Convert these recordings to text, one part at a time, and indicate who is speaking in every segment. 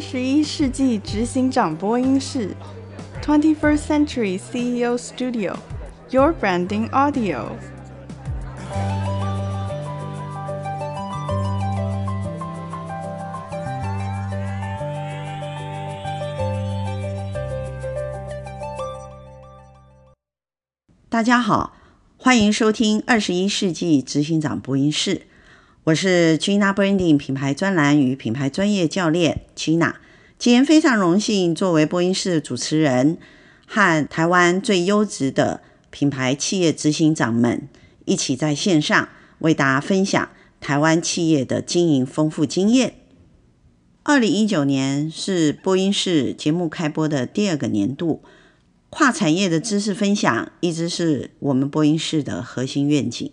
Speaker 1: 世纪执行长播音室，21st Century CEO Studio，Your Branding Audio。
Speaker 2: 大家好，欢迎收听二十一世纪执行长播音室，我是 Gina Branding 品牌专栏与品牌专业教练 Gina。今天非常荣幸作为播音室的主持人，和台湾最优质的品牌企业执行长们一起在线上为大家分享台湾企业的经营丰富经验。二零一九年是播音室节目开播的第二个年度。跨产业的知识分享一直是我们播音室的核心愿景。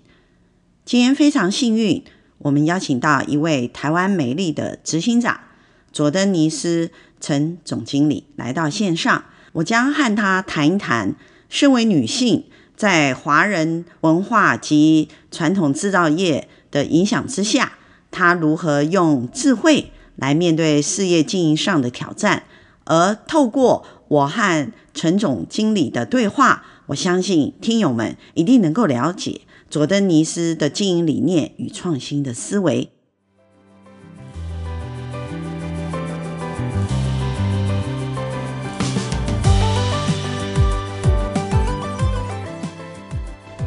Speaker 2: 今天非常幸运，我们邀请到一位台湾美丽的执行长佐登尼斯陈总经理来到线上，我将和他谈一谈，身为女性在华人文化及传统制造业的影响之下，她如何用智慧来面对事业经营上的挑战。而透过我和陈总经理的对话，我相信听友们一定能够了解佐登尼斯的经营理念与创新的思维。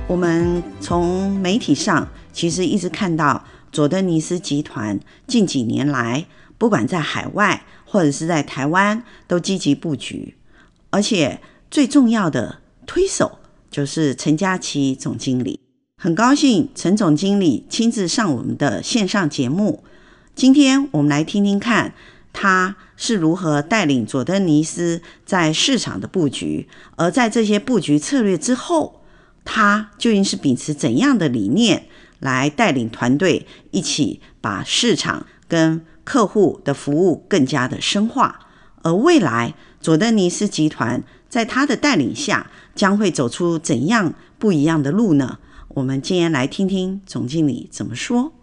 Speaker 2: 我们从媒体上其实一直看到佐登尼斯集团近几年来，不管在海外或者是在台湾，都积极布局，而且最重要的推手就是陈佳琪总经理。很高兴陈总经理亲自上我们的线上节目，今天我们来听听看他是如何带领佐登尼斯在市场的布局，而在这些布局策略之后。他究竟是秉持怎样的理念来带领团队一起把市场跟客户的服务更加的深化？而未来佐登尼斯集团在他的带领下，将会走出怎样不一样的路呢？我们今天来听听总经理怎么说。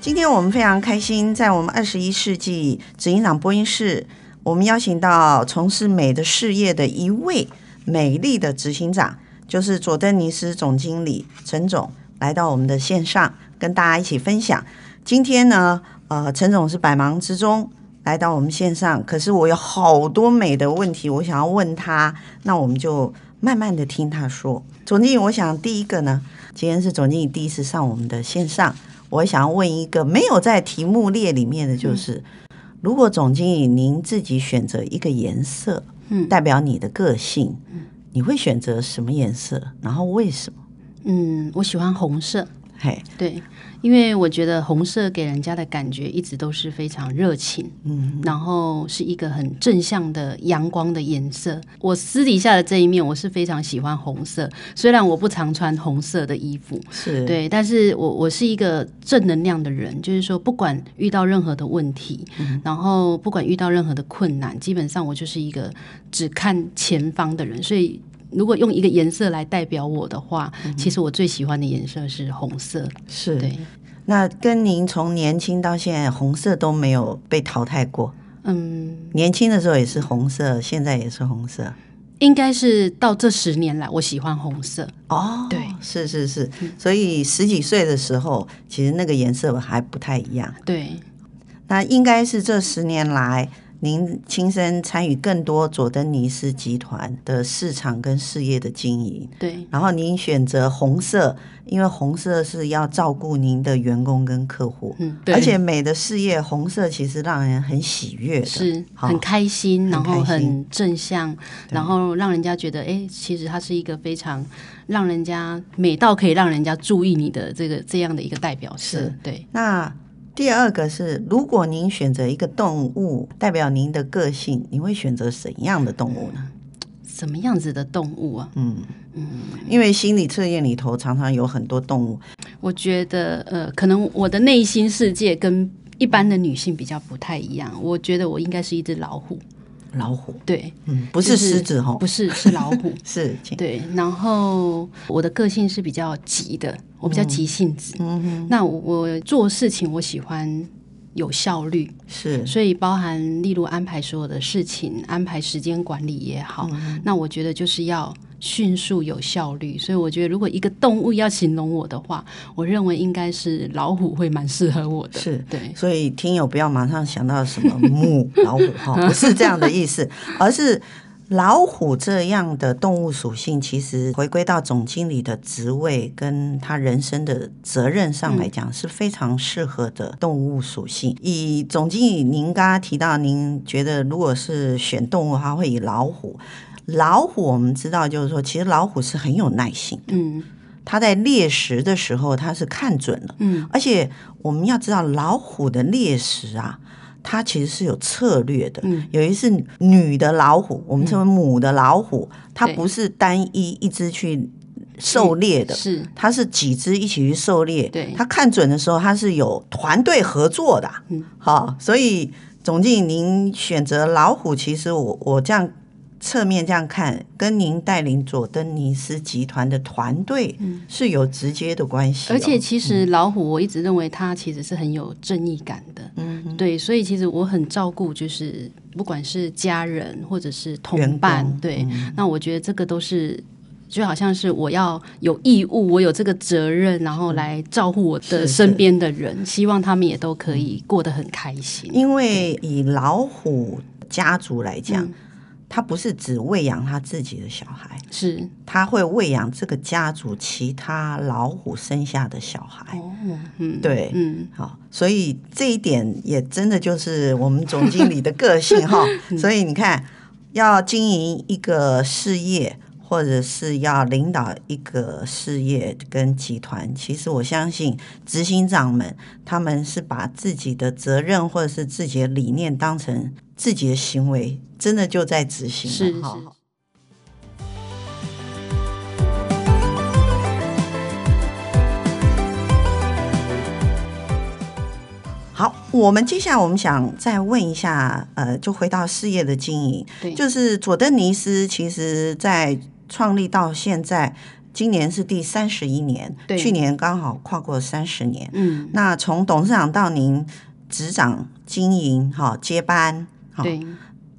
Speaker 2: 今天我们非常开心，在我们二十一世纪紫营长播音室，我们邀请到从事美的事业的一位美丽的执行长，就是佐登尼斯总经理陈总，来到我们的线上跟大家一起分享。今天呢，呃，陈总是百忙之中来到我们线上，可是我有好多美的问题，我想要问他，那我们就慢慢的听他说。总经理，我想第一个呢，今天是总经理第一次上我们的线上。我想要问一个没有在题目列里面
Speaker 3: 嗯
Speaker 2: 的，就是、如果总经理您自己选择一个颜色，
Speaker 1: 嗯
Speaker 2: 代表你的个性，你会选择什么颜色？然后为什么？
Speaker 3: 嗯，我喜欢红色，
Speaker 2: 嘿，
Speaker 3: 对，因为我觉得红色给人家的感觉一直都是非常热情，嗯，然后是一个很正向的阳光的颜色。我私底下的这一面，我是非常喜欢红色，虽然我不常穿红色的衣服，
Speaker 2: 是，
Speaker 3: 对，但是我我是一个正能量的人，就是说，不管遇到任何的问题，然后不管遇到任何的困难，基本上我就是一个只看前方的人，所以。如果用一个颜色来代表我的话，其实我最喜欢的颜色是红色。
Speaker 2: 是。
Speaker 3: 对，
Speaker 2: 那跟您从年轻到现在，红色都没有被淘汰过。
Speaker 3: 嗯，
Speaker 2: 年轻的时候也是红色，现在也是红色。
Speaker 3: 应该是到这十年来，我喜欢红色。
Speaker 2: 哦，
Speaker 3: 对嗯
Speaker 2: 是是是。所以十几岁的时候，其实那个颜色还不太一样。
Speaker 3: 对，
Speaker 2: 那应该是这十年来，您亲身参与更多佐登尼斯集团的市场跟事业的经营。
Speaker 3: 对，
Speaker 2: 然后您选择红色，因为红色是要照顾您的员工跟客户，
Speaker 3: 嗯，对
Speaker 2: 而且美的事业红色其实让人很喜悦的，
Speaker 3: 是
Speaker 2: 好
Speaker 3: 很开心，然后
Speaker 2: 开心
Speaker 3: 很正向，然后让人家觉得，哎、其实它是一个非常让人家美到可以让人家注意你的这个这样的一个代表色
Speaker 2: 是。
Speaker 3: 对，
Speaker 2: 那第二个是，如果您选择一个动物代表您的个性，你会选择怎样的动物呢？
Speaker 3: 什么样子的动物啊？
Speaker 2: 嗯因为心理测验里头常常有很多动物，
Speaker 3: 我觉得，呃，可能我的内心世界跟一般的女性比较不太一样。我觉得我应该是一只老虎，
Speaker 2: 老虎，
Speaker 3: 对，
Speaker 2: 嗯，不
Speaker 3: 不
Speaker 2: 是狮子哈，。
Speaker 3: 不是是老虎
Speaker 2: 是，请
Speaker 3: 对，然后我的个性是比较急的，我比较急性子。
Speaker 2: 嗯哼，
Speaker 3: 那我我做事情我喜欢有效率，
Speaker 2: 是
Speaker 3: 所以包含例如安排所有的事情，安排时间管理也好，
Speaker 2: 嗯
Speaker 3: 那我觉得就是要迅速有效率。所以我觉得，如果一个动物要形容我的话，我认为应该是老虎会蛮适合我的。
Speaker 2: 是
Speaker 3: 对，
Speaker 2: 所以听友不要马上想到什么木老虎哈，不是这样的意思，而是老虎这样的动物属性，其实回归到总经理的职位跟他人生的责任上来讲，是非常适合的动物属性。以总经理您刚刚提到，您觉得如果是选动物的话，会以老虎。老虎我们知道，就是说，其实老虎是很有耐心，
Speaker 3: 嗯
Speaker 2: 它在猎食的时候，它是看准了。
Speaker 3: 嗯，
Speaker 2: 而且我们要知道，老虎的猎食啊，它其实是有策略的。
Speaker 3: 嗯
Speaker 2: 有一是女的老虎，我们称为母的老虎，
Speaker 3: 嗯
Speaker 2: 它不是单一一只去狩猎的。
Speaker 3: 是
Speaker 2: 它是几只一起去狩猎，
Speaker 3: 对
Speaker 2: 它看准的时候，它是有团队合作的啊，
Speaker 3: 嗯
Speaker 2: 好、所以总经理您选择老虎，其实我我这样侧面这样看，跟您带领佐登尼斯集团的团队是有直接的关系哦、
Speaker 3: 嗯而且其实老虎，我一直认为它其实是很有正义感的，嗯，对，所以其实我很照顾，就是不管是家人或者是同
Speaker 2: 员工嗯
Speaker 3: 伴，对，那我觉得这个都是。就好像是我要有义务，我有这个责任，然后来照顾我
Speaker 2: 是
Speaker 3: 的身边的人，希望他们也都可以过得很开心。
Speaker 2: 因为以老虎家族来讲，
Speaker 3: 嗯
Speaker 2: 它不是只喂养它自己的小孩，
Speaker 3: 是
Speaker 2: 它会喂养这个家族其他老虎生下的小孩。
Speaker 3: 哦，嗯，
Speaker 2: 对
Speaker 3: 嗯，
Speaker 2: 好，所以这一点也真的就是我们总经理的个性哈。
Speaker 3: 嗯
Speaker 2: 所以你看，要经营一个事业，或者是要领导一个事业跟集团，其实我相信执行长们他们是把自己的责任或者是自己的理念当成自己的行为，真的就在执行
Speaker 3: 是
Speaker 2: 了哈。
Speaker 3: 是
Speaker 2: 好，我们接下来我们想再问一下，呃，就回到事业的经营，
Speaker 3: 对
Speaker 2: 就是佐登尼斯，其实在创立到现在，今年是第三十一年，
Speaker 3: 对
Speaker 2: 去年刚好跨过三十年。
Speaker 3: 嗯，
Speaker 2: 那从董事长到您执掌经营，哈、接班，哈、
Speaker 3: 对，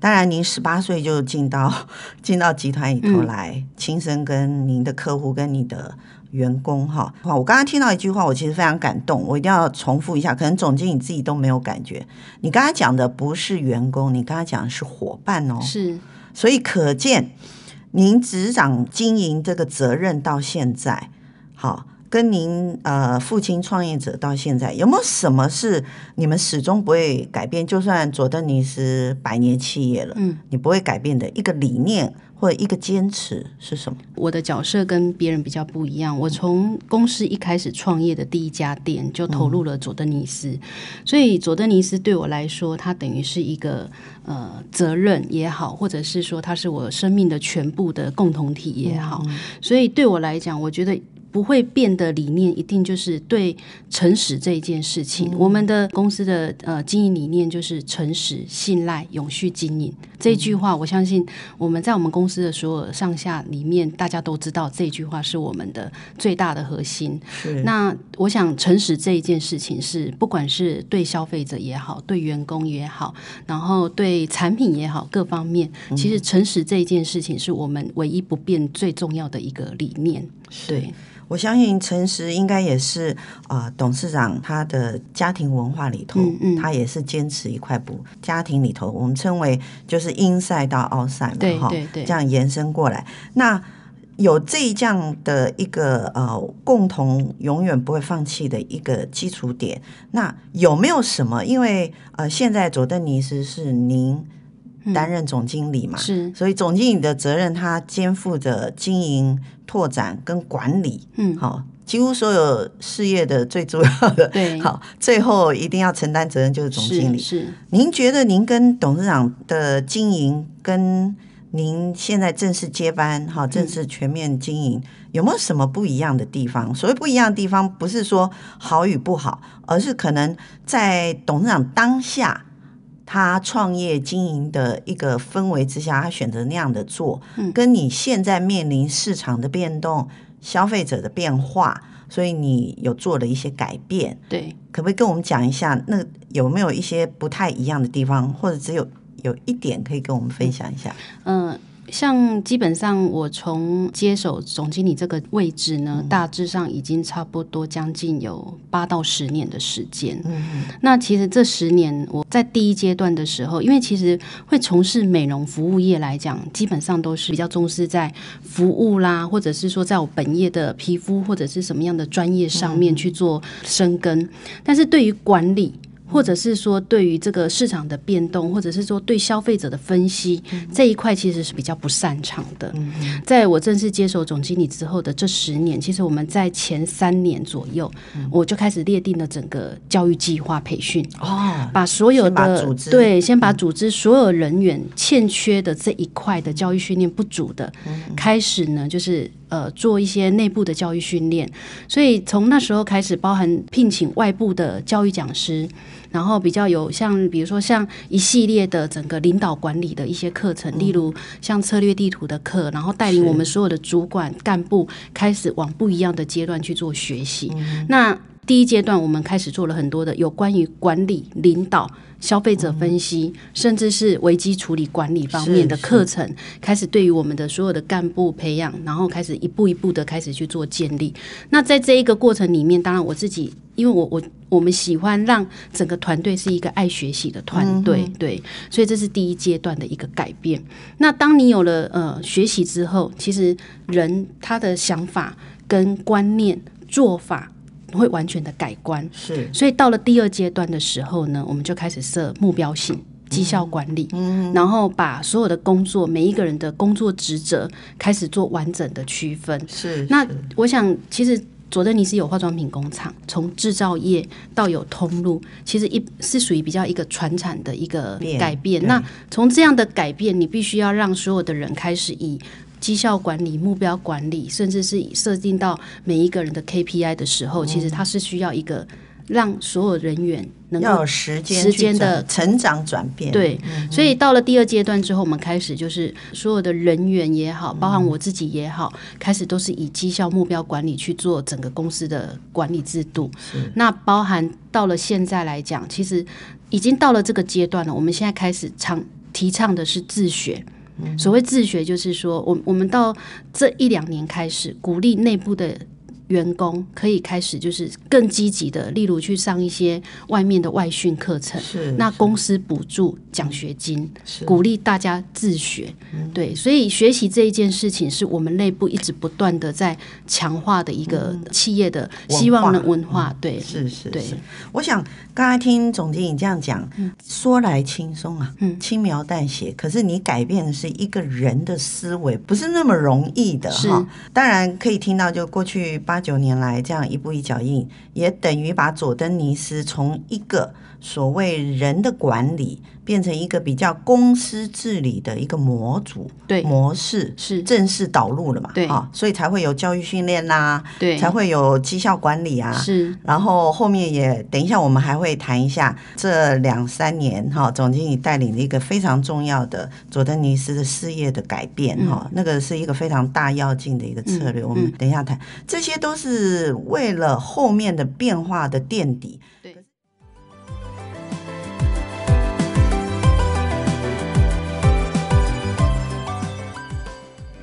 Speaker 2: 当然，您十八岁就进到进到集团里头
Speaker 3: 嗯
Speaker 2: 来，亲身跟您的客户、跟你的员工哈。哇，我刚刚听到一句话，我其实非常感动，我一定要重复一下，可能总经理自己都没有感觉。你刚才讲的不是员工，你刚才讲的是伙伴哦，
Speaker 3: 是
Speaker 2: 所以可见您执掌经营这个责任到现在，好。跟您呃父亲创业者到现在，有没有什么是你们始终不会改变？就算佐登尼斯百年企业了，
Speaker 3: 嗯，
Speaker 2: 你不会改变的一个理念或者一个坚持是什么？
Speaker 3: 我的角色跟别人比较不一样，我从公司一开始创业的第一家店就投入了佐登尼斯，所以佐登尼斯对我来说，它等于是一个呃责任也好，或者是说它是我生命的全部的共同体也好，所以对我来讲，我觉得。不会变的理念，一定就是对诚实这一件事情。我们的公司的呃经营理念就是诚实、信赖、永续经营。这
Speaker 2: 嗯
Speaker 3: 句话，我相信我们在我们公司的所有上下里面，大家都知道这句话是我们的最大的核心。
Speaker 2: 是
Speaker 3: 那我想，诚实这一件事情是，不管是对消费者也好，对员工也好，然后对产品也好，各方面，
Speaker 2: 嗯
Speaker 3: 其实诚实这一件事情是我们唯一不变最重要的一个理念。对，
Speaker 2: 我相信诚实应该也是啊、呃董事长他的家庭文化里头，
Speaker 3: 嗯嗯
Speaker 2: 他也是坚持一块布。家庭里头，我们称为就是 inside 到 outside 嘛，
Speaker 3: 对
Speaker 2: 哈
Speaker 3: 对对
Speaker 2: 这样延伸过来。那有这一样的一个呃共同永远不会放弃的一个基础点，那有没有什么？因为呃，现在佐登尼斯是您担任总经理嘛，
Speaker 3: 嗯是，
Speaker 2: 所以总经理的责任，他肩负着经营、拓展跟管理，
Speaker 3: 嗯，
Speaker 2: 好、几乎所有事业的最主要的，
Speaker 3: 对
Speaker 2: 好，最后一定要承担责任就是总经
Speaker 3: 是
Speaker 2: 理。
Speaker 3: 是。
Speaker 2: 您觉得您跟董事长的经营，跟您现在正式接班，哈，正式全面经营，有没有什么不一样的地方？所谓不一样的地方，不是说好与不好，而是可能在董事长当下。他创业经营的一个氛围之下，他选择那样的做，跟你现在面临市场的变动、消费者的变化，所以你有做了一些改变，
Speaker 3: 对，
Speaker 2: 可不可以跟我们讲一下，那有没有一些不太一样的地方，或者只有有一点可以跟我们分享一下？
Speaker 3: 嗯、像基本上我从接手总经理这个位置呢，
Speaker 2: 嗯
Speaker 3: 大致上已经差不多将近有八到十年的时间。
Speaker 2: 嗯，
Speaker 3: 那其实这十年我在第一阶段的时候，因为其实会从事美容服务业来讲，基本上都是比较重视在服务啦，或者是说在我本业的皮肤或者是什么样的专业上
Speaker 2: 嗯
Speaker 3: 面去做深耕。但是对于管理，或者是说对于这个市场的变动，或者是说对消费者的分析、
Speaker 2: 嗯
Speaker 3: 这一块，其实是比较不擅长的。在我正式接手总经理之后的这十年，其实我们在前三年左右，
Speaker 2: 嗯
Speaker 3: 我就开始列定了整个教育计划培训。
Speaker 2: 哦，
Speaker 3: 把所有
Speaker 2: 先把
Speaker 3: 的
Speaker 2: 组织嗯
Speaker 3: 对，先把组织所有人员欠缺的这一块的教育训练不足的，
Speaker 2: 嗯
Speaker 3: 开始呢，就是呃做一些内部的教育训练。所以从那时候开始，包含聘请外部的教育讲师，然后比较有像比如说像一系列的整个领导管理的一些课程，例如像策略地图的课，然后带领我们所有的主管干部开始往不一样的阶段去做学习。那第一阶段，我们开始做了很多的有关于管理、领导、消费者分析，甚至是危机处理管理方面的课程，开始对于我们的所有的干部培养，然后开始一步一步的开始去做建立。那在这一个过程里面，当然我自己，因为我我我们喜欢让整个团队是一个爱学习的团队，对，所以这是第一阶段的一个改变。那当你有了呃学习之后，其实人他的想法跟观念、做法会完全的改观。
Speaker 2: 是
Speaker 3: 所以到了第二阶段的时候呢，我们就开始设目标性。绩效管理，然后把所有的工作，每一个人的工作职责开始做完整的区分。
Speaker 2: 是，
Speaker 3: 那
Speaker 2: 是
Speaker 3: 我想，其实佐登尼斯有化妆品工厂，从制造业到有通路，其实一是属于比较一个传产的一个
Speaker 2: 变
Speaker 3: 改变。
Speaker 2: 对
Speaker 3: 那从这样的改变，你必须要让所有的人开始以。绩效管理、目标管理，甚至是以设定到每一个人的 KPI 的时
Speaker 2: 哦
Speaker 3: 候，其实它是需要一个让所有人员能够
Speaker 2: 要有时间
Speaker 3: 时
Speaker 2: 去
Speaker 3: 间的
Speaker 2: 转成长转变，
Speaker 3: 对，所以到了第二阶段之后，我们开始就是所有的人员也好，包含我自己也好，开始都是以绩效目标管理去做整个公司的管理制度。那包含到了现在来讲，其实已经到了这个阶段了。我们现在开始倡提倡的是自学。所谓自学，就是说，我我们到这一两年开始鼓励内部的员工可以开始就是更积极的，例如去上一些外面的外训课程，
Speaker 2: 嗯是
Speaker 3: 那公司补助奖学金，
Speaker 2: 是嗯
Speaker 3: 鼓励大家自学。对，所以学习这一件事情是我们内部一直不断的在强化的一个企业的
Speaker 2: 嗯文
Speaker 3: 希望
Speaker 2: 化嗯
Speaker 3: 能文化。对，
Speaker 2: 是是
Speaker 3: 对嗯
Speaker 2: 是，我想刚才听总经理这样讲，说来轻松啊，轻描淡写，可是你改变的是一个人的思维，不是那么容易的
Speaker 3: 是
Speaker 2: 哈。当然可以听到，就过去八九年来这样一步一脚印，也等于把佐登尼斯从一个所谓人的管理，变成一个比较公司治理的一个模组
Speaker 3: 对，
Speaker 2: 模式。
Speaker 3: 是，
Speaker 2: 正式导入了嘛？
Speaker 3: 对
Speaker 2: 啊，所以才会有教育训练啦、
Speaker 3: 对，
Speaker 2: 才会有绩效管理啊，
Speaker 3: 是，
Speaker 2: 然后后面也等一下，我们还会谈一下这两三年哈，总经理带领了一个非常重要的佐登尼斯的事业的改变哈、那个是一个非常大要进的一个策略。
Speaker 3: 嗯
Speaker 2: 我们
Speaker 3: 嗯
Speaker 2: 等一下谈，这些都是为了后面的变化的垫底。
Speaker 3: 对。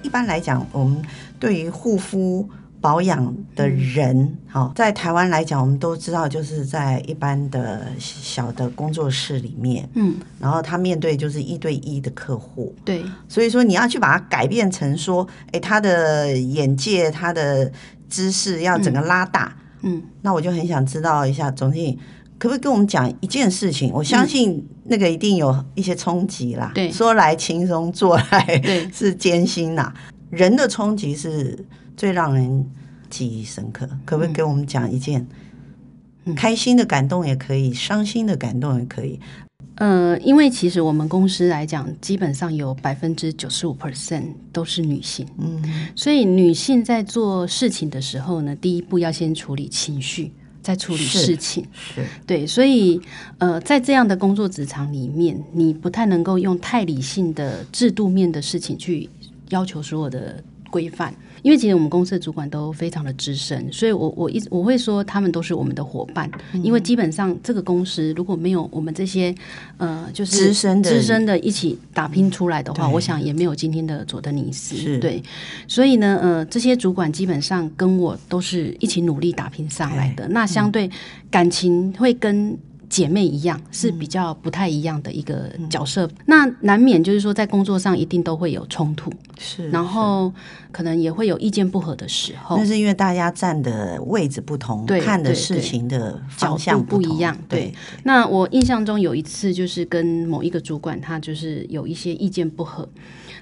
Speaker 2: 一般来讲，我们对于护肤保养的人，好、
Speaker 3: 嗯
Speaker 2: 在台湾来讲，我们都知道，就是在一般的小的工作室里面，
Speaker 3: 嗯，
Speaker 2: 然后他面对就是一对一的客户，
Speaker 3: 对，
Speaker 2: 所以说你要去把它改变成说，诶，他的眼界、他的知识要整个拉大。
Speaker 3: 嗯。
Speaker 2: 那我就很想知道一下，总经理可不可以跟我们讲一件事情？我相信那个一定有一些冲击啦。
Speaker 3: 对
Speaker 2: 说来轻松，做来
Speaker 3: 对
Speaker 2: 是艰辛啦。人的冲击是最让人记忆深刻。可不可以给我们讲一件？
Speaker 3: 嗯
Speaker 2: 开心的感动也可以，伤心的感动也可以。
Speaker 3: 呃，因为其实我们公司来讲，基本上有百分之九十五 percent 都是女性，
Speaker 2: 嗯，
Speaker 3: 所以女性在做事情的时候呢，第一步要先处理情绪，再在处理
Speaker 2: 是
Speaker 3: 事情。
Speaker 2: 是
Speaker 3: 对，所以呃，在这样的工作职场里面，你不太能够用太理性的制度面的事情去要求所有的规范，因为其实我们公司的主管都非常的资深，所以我我一直我会说他们都是我们的伙伴，
Speaker 2: 嗯
Speaker 3: 因为基本上这个公司如果没有我们这些呃就是
Speaker 2: 资深的
Speaker 3: 资深的一起打拼出来的话，
Speaker 2: 对
Speaker 3: 我想也没有今天的佐登尼斯。
Speaker 2: 是
Speaker 3: 对，所以呢，呃，这些主管基本上跟我都是一起努力打拼上来的。那
Speaker 2: 嗯
Speaker 3: 相对感情会跟姐妹一样，
Speaker 2: 嗯
Speaker 3: 是比较不太一样的一个角色。那难免就是说，在工作上一定都会有冲突，
Speaker 2: 是，
Speaker 3: 然后可能也会有意见不合的时候
Speaker 2: 那。是因为大家站的位置不同，
Speaker 3: 哦对
Speaker 2: 看的
Speaker 3: 对
Speaker 2: 事
Speaker 3: 对
Speaker 2: 情的
Speaker 3: 角
Speaker 2: 方向
Speaker 3: 度不
Speaker 2: 同
Speaker 3: 一样，
Speaker 2: 对，
Speaker 3: 那我印象中有一次，就是跟某一个主管，他就是有一些意见不合。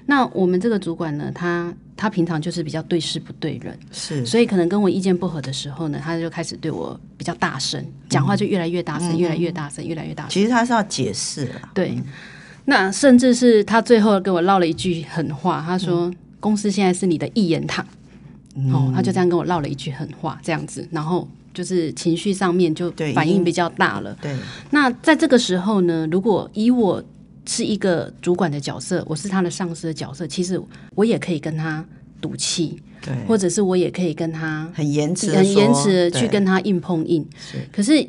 Speaker 3: 那我们这个主管呢，他他平常就是比较对事不对人，
Speaker 2: 是，
Speaker 3: 所以可能跟我意见不合的时候呢，他就开始对我比较大声，讲话就越来越大
Speaker 2: 嗯
Speaker 3: 声，越来越大声，越来越大声。
Speaker 2: 其实他是要解释了，
Speaker 3: 对，那甚至是他最后跟我唠了一句狠话，他说：“
Speaker 2: 嗯
Speaker 3: 公司现在是你的一言堂。哦，他就这样跟我唠了一句狠话，这样子，然后就是情绪上面就
Speaker 2: 对嗯
Speaker 3: 反
Speaker 2: 已经
Speaker 3: 应比较大了。
Speaker 2: 对，
Speaker 3: 那在这个时候呢，如果以我是一个主管的角色，我是他的上司的角色，其实我也可以跟他赌气，
Speaker 2: 对，
Speaker 3: 或者是我也可以跟他
Speaker 2: 很延迟，
Speaker 3: 很延迟的去跟他硬碰硬
Speaker 2: 是。
Speaker 3: 可是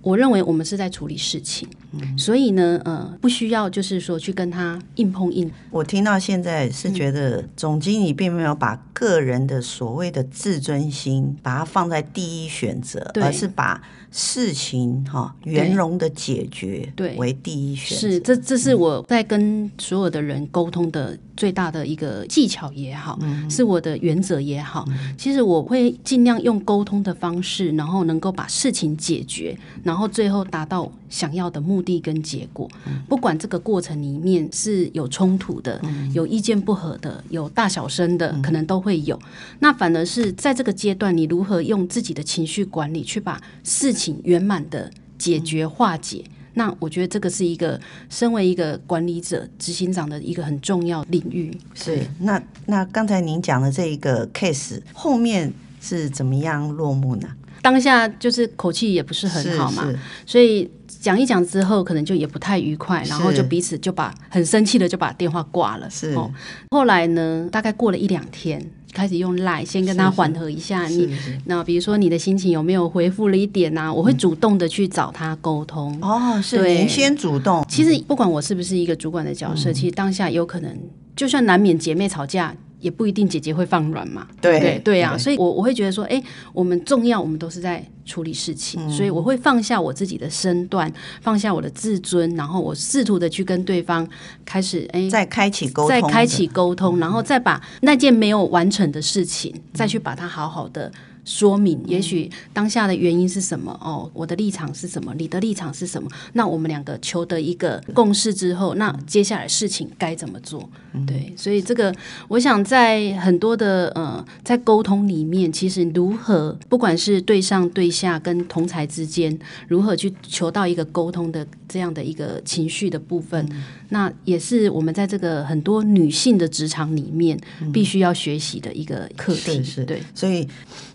Speaker 3: 我认为我们是在处理事情，
Speaker 2: 嗯
Speaker 3: 所以呢，呃，不需要就是说去跟他硬碰硬。
Speaker 2: 我听到现在是觉得
Speaker 3: 嗯
Speaker 2: 总经理并没有把个人的所谓的自尊心把它放在第一选择，
Speaker 3: 对
Speaker 2: 而是把事情哈
Speaker 3: 对
Speaker 2: 圆融的解决
Speaker 3: 对
Speaker 2: 为第一选择。嗯
Speaker 3: 是，这这是我在跟所有的人沟通的最大的一个技巧也好，
Speaker 2: 嗯
Speaker 3: 是我的原则也好。其实我会尽量用沟通的方式，然后能够把事情解决，然后最后达到想要的目的跟结果。
Speaker 2: 嗯
Speaker 3: 不管这个过程里面是有冲突的、
Speaker 2: 嗯
Speaker 3: 有意见不合的、有大小声的，可能都会有。那反而是在这个阶段，你如何用自己的情绪管理去把事情圆满的解决化解？那我觉得这个是一个身为一个管理者、执行长的一个很重要领域。
Speaker 2: 是，那那刚才您讲的这一个 case 后面是怎么样落幕呢？
Speaker 3: 当下就是口气也不是很好嘛，所以讲一讲之后，可能就也不太愉快，然后
Speaker 2: 是
Speaker 3: 就彼此就把很生气的就把电话挂了。
Speaker 2: 是
Speaker 3: 哦，后来呢，大概过了一两天，开始用赖先跟他
Speaker 2: 是是
Speaker 3: 缓和一下，
Speaker 2: 是
Speaker 3: 你
Speaker 2: 是是
Speaker 3: 那比如说你的心情有没有恢复了一点呐、我会
Speaker 2: 嗯
Speaker 3: 主动的去找他沟通。
Speaker 2: 哦，是
Speaker 3: 对
Speaker 2: 您先主动，
Speaker 3: 其实不管我是不是一个主管的角色，
Speaker 2: 嗯
Speaker 3: 其实当下有可能，就算难免姐妹吵架，也不一定姐姐会放软嘛。
Speaker 2: 对
Speaker 3: 对对啊，
Speaker 2: 对
Speaker 3: 所以我我会觉得说，哎，我们重要，我们都是在处理事情，
Speaker 2: 嗯
Speaker 3: 所以我会放下我自己的身段，放下我的自尊，然后我试图的去跟对方开始，哎，
Speaker 2: 再开启沟
Speaker 3: 再
Speaker 2: 通，嗯
Speaker 3: 开启。沟通，然后再把那件没有完成的事情，再去把它好好的说明。
Speaker 2: 嗯
Speaker 3: 也许当下的原因是什么？哦，我的立场是什么？你的立场是什么？那我们两个求得一个共识之后，那
Speaker 2: 嗯
Speaker 3: 接下来事情该怎么做？对，所以这个我想在很多的呃，在沟通里面，其实如何不管是对上对下跟同才之间，如何去求到一个沟通的这样的一个情绪的部分，
Speaker 2: 嗯
Speaker 3: 那也是我们在这个很多女性的职场里面必须要学习的一个课题。
Speaker 2: 嗯是是
Speaker 3: 对，
Speaker 2: 所以，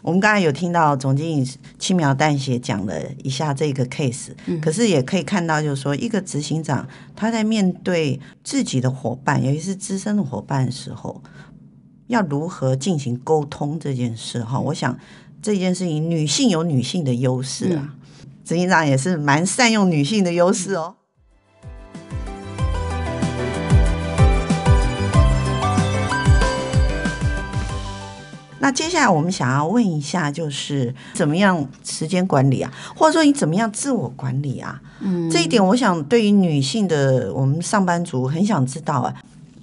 Speaker 2: 我们刚才有听到总经理轻描淡写讲了一下这个 case，、可
Speaker 3: 嗯
Speaker 2: 是也可以看到，就是说，一个执行长他在面对自己的伙伴，尤其是资深的伙伴的时候，要如何进行沟通这件事
Speaker 3: 嗯
Speaker 2: 哈，我想这件事情，女性有女性的优势啊，
Speaker 3: 嗯
Speaker 2: 执行长也是蛮善用女性的优势哦。那接下来我们想要问一下，就是怎么样时间管理啊，或者说你怎么样自我管理啊？嗯，这一点我想对于女性的我们上班族很想知道啊。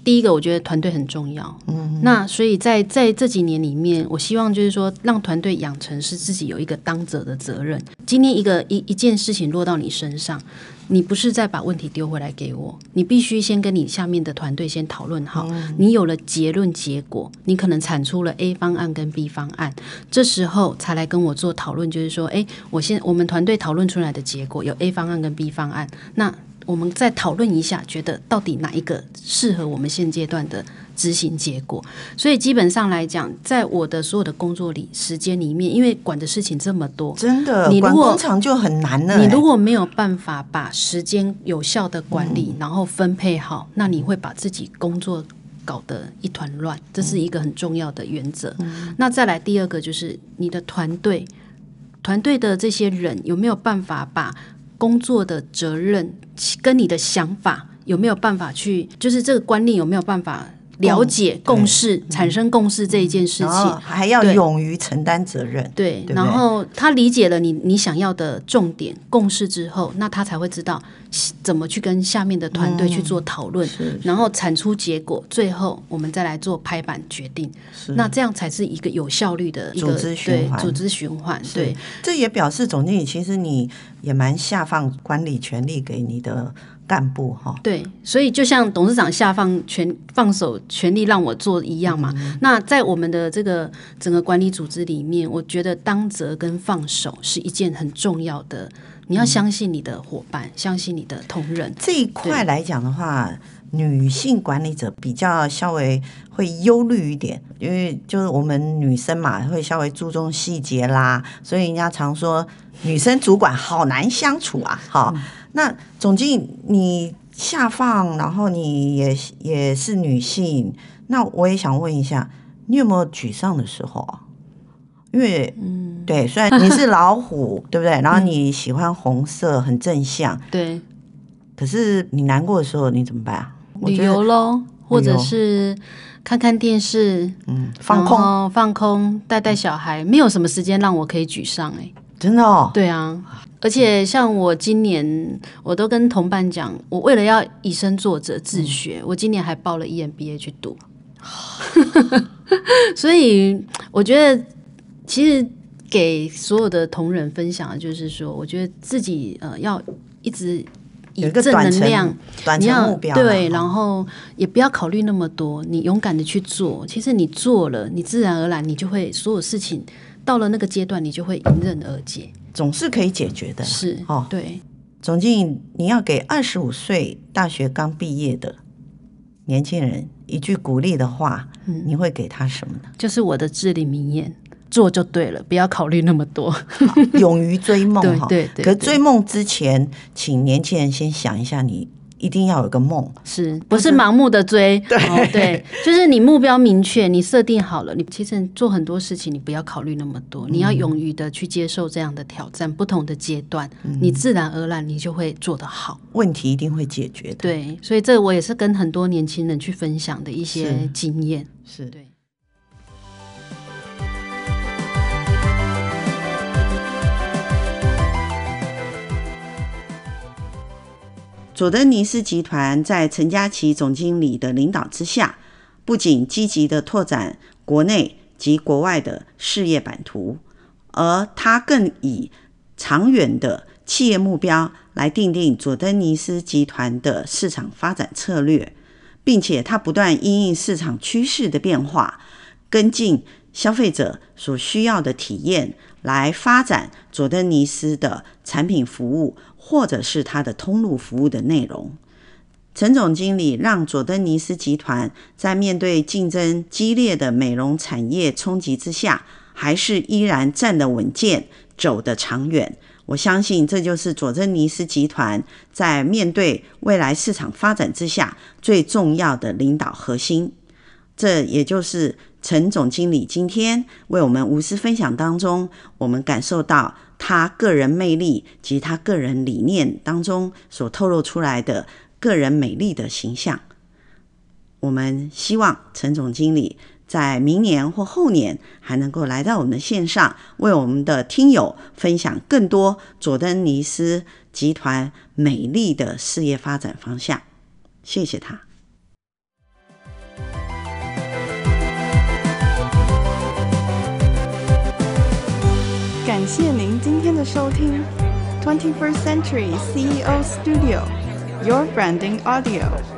Speaker 3: 第一个我觉得团队很重要。嗯，那所以在在这几年里面，我希望就是说让团队养成是自己有一个当责的责任。今天一个一一件事情落到你身上。你不是再把问题丢回来给我，你必须先跟你下面的团队先讨论好，你有了结论结果，你可能产出了 A 方案跟 B 方案，这时候才来跟我做讨论，就是说，诶，我现我们团队讨论出来的结果有 A 方案跟 B 方案，那我们再讨论一下，觉得到底哪一个适合我们现阶段的执行结果。所以基本上来讲，在我的所有的工作里时间里面，因为管的事情这么多，
Speaker 2: 真的，
Speaker 3: 你如
Speaker 2: 管
Speaker 3: 果
Speaker 2: 工厂就很难欸了、
Speaker 3: 你如
Speaker 2: 果
Speaker 3: 果没有办法把时间有效的管理，
Speaker 2: 嗯
Speaker 3: 然后分配好，那你会把自己工作搞得一团乱，这是一个很重要的原则。
Speaker 2: 嗯
Speaker 3: 那再来第二个就是你的团队，团队的这些人有没有办法把工作的责任跟你的想法有没有办法去，就是这个观念有没有办法了解
Speaker 2: 共嗯
Speaker 3: 共识，产生共识这一件事
Speaker 2: 然
Speaker 3: 情
Speaker 2: 后。还要
Speaker 3: 对
Speaker 2: 勇于承担责任，
Speaker 3: 对，
Speaker 2: 对不
Speaker 3: 然
Speaker 2: 对
Speaker 3: 后他理解了你你想要的重点共识之后，那他才会知道怎么去跟下面的团队去做讨
Speaker 2: 嗯
Speaker 3: 论，然后产出结果，最后我们再来做拍板决定。那这样才是一个有效率的一
Speaker 2: 组
Speaker 3: 个
Speaker 2: 织循环
Speaker 3: 对组织循环。对，
Speaker 2: 这也表示总经理其实你也蛮下放管理权力给你的干部哈、
Speaker 3: 对，所以就像董事长下放权放手权力让我做一样嘛。那在我们的这个整个管理组织里面，我觉得当责跟放手是一件很重要的。你要相信你的伙伴，相信你的同仁。
Speaker 2: 这一块来讲的话，女性管理者比较稍微会忧虑一点，因为就是我们女生嘛，会稍微注重细节啦，所以人家常说女生主管好难相处啊。好，那总经理你下放，然后你也也是女性，那我也想问一下，你有没有沮丧的时候啊？因为，嗯，对，虽然你是老虎，对不对？然后你喜欢红色，很正向，
Speaker 3: 对，
Speaker 2: 可是你难过的时候，你怎么办啊？我
Speaker 3: 旅
Speaker 2: 觉得
Speaker 3: 游喽，或
Speaker 2: 旅
Speaker 3: 者
Speaker 2: 游
Speaker 3: 是看看电视，
Speaker 2: 嗯，放空，
Speaker 3: 空，放空，带带小孩，没有什么时间让我可以沮丧哎、欸
Speaker 2: 真的哦，
Speaker 3: 对啊，而且像我今年，我都跟同伴讲，我为了要以身作则自
Speaker 2: 嗯
Speaker 3: 学，我今年还报了 E EMBA 去读。 所以我觉得，其实给所有的同仁分享，的就是说，我觉得自己呃要一直
Speaker 2: 有一
Speaker 3: 以
Speaker 2: 个
Speaker 3: 正
Speaker 2: 短
Speaker 3: 能
Speaker 2: 程
Speaker 3: 量。
Speaker 2: 短
Speaker 3: 你
Speaker 2: 程
Speaker 3: 要
Speaker 2: 目标啦，
Speaker 3: 对，
Speaker 2: 哈
Speaker 3: 然后也不要考虑那么多，你勇敢的去做。其实你做了，你自然而然你就会所有事情到了那个阶段，你就会迎刃而解。
Speaker 2: 总是可以解决的啦。
Speaker 3: 是，
Speaker 2: 哦
Speaker 3: 对，
Speaker 2: 总经理，你要给二十五岁大学刚毕业的年轻人一句鼓励的话，
Speaker 3: 嗯
Speaker 2: 你会给他什么呢？
Speaker 3: 就是我的至理名言，做就对了，不要考虑那么多。
Speaker 2: 勇于追梦
Speaker 3: 对
Speaker 2: 哈，
Speaker 3: 对对
Speaker 2: 可是
Speaker 3: 对
Speaker 2: 追梦之前，请年轻人先想一下，你一定要有个梦，
Speaker 3: 是不是盲目 的追？对、哦、对，就是你目标明确，你设定好了，你其实做很多事情，你不要考虑那么
Speaker 2: 嗯
Speaker 3: 多，你要勇于的去接受这样的挑战，不同的阶段，
Speaker 2: 嗯
Speaker 3: 你自然而然你就会做得好。
Speaker 2: 问题一定会解决的。
Speaker 3: 对，所以这我也是跟很多年轻人去分享的一
Speaker 2: 是
Speaker 3: 些经验。
Speaker 2: 是
Speaker 3: 对，
Speaker 2: 佐登尼斯集团在陈家琪总经理的领导之下，不仅积极地拓展国内及国外的事业版图，而他更以长远的企业目标来定定佐登尼斯集团的市场发展策略，并且他不断因应市场趋势的变化，跟进消费者所需要的体验，来发展佐登尼斯的产品服务，或者是它的通路服务的内容。陈总经理让佐登尼斯集团在面对竞争激烈的美容产业冲击之下，还是依然站得稳健，走得长远。我相信这就是佐登尼斯集团在面对未来市场发展之下最重要的领导核心。这也就是陈总经理今天为我们无私分享当中，我们感受到他个人魅力及他个人理念当中所透露出来的个人美丽的形象。我们希望陈总经理在明年或后年还能够来到我们的线上，为我们的听友分享更多佐登尼斯集团美丽的事业发展方向。谢谢他。
Speaker 1: 感谢您今天的收听，21st Century CEO Studio Your E Branding Audio。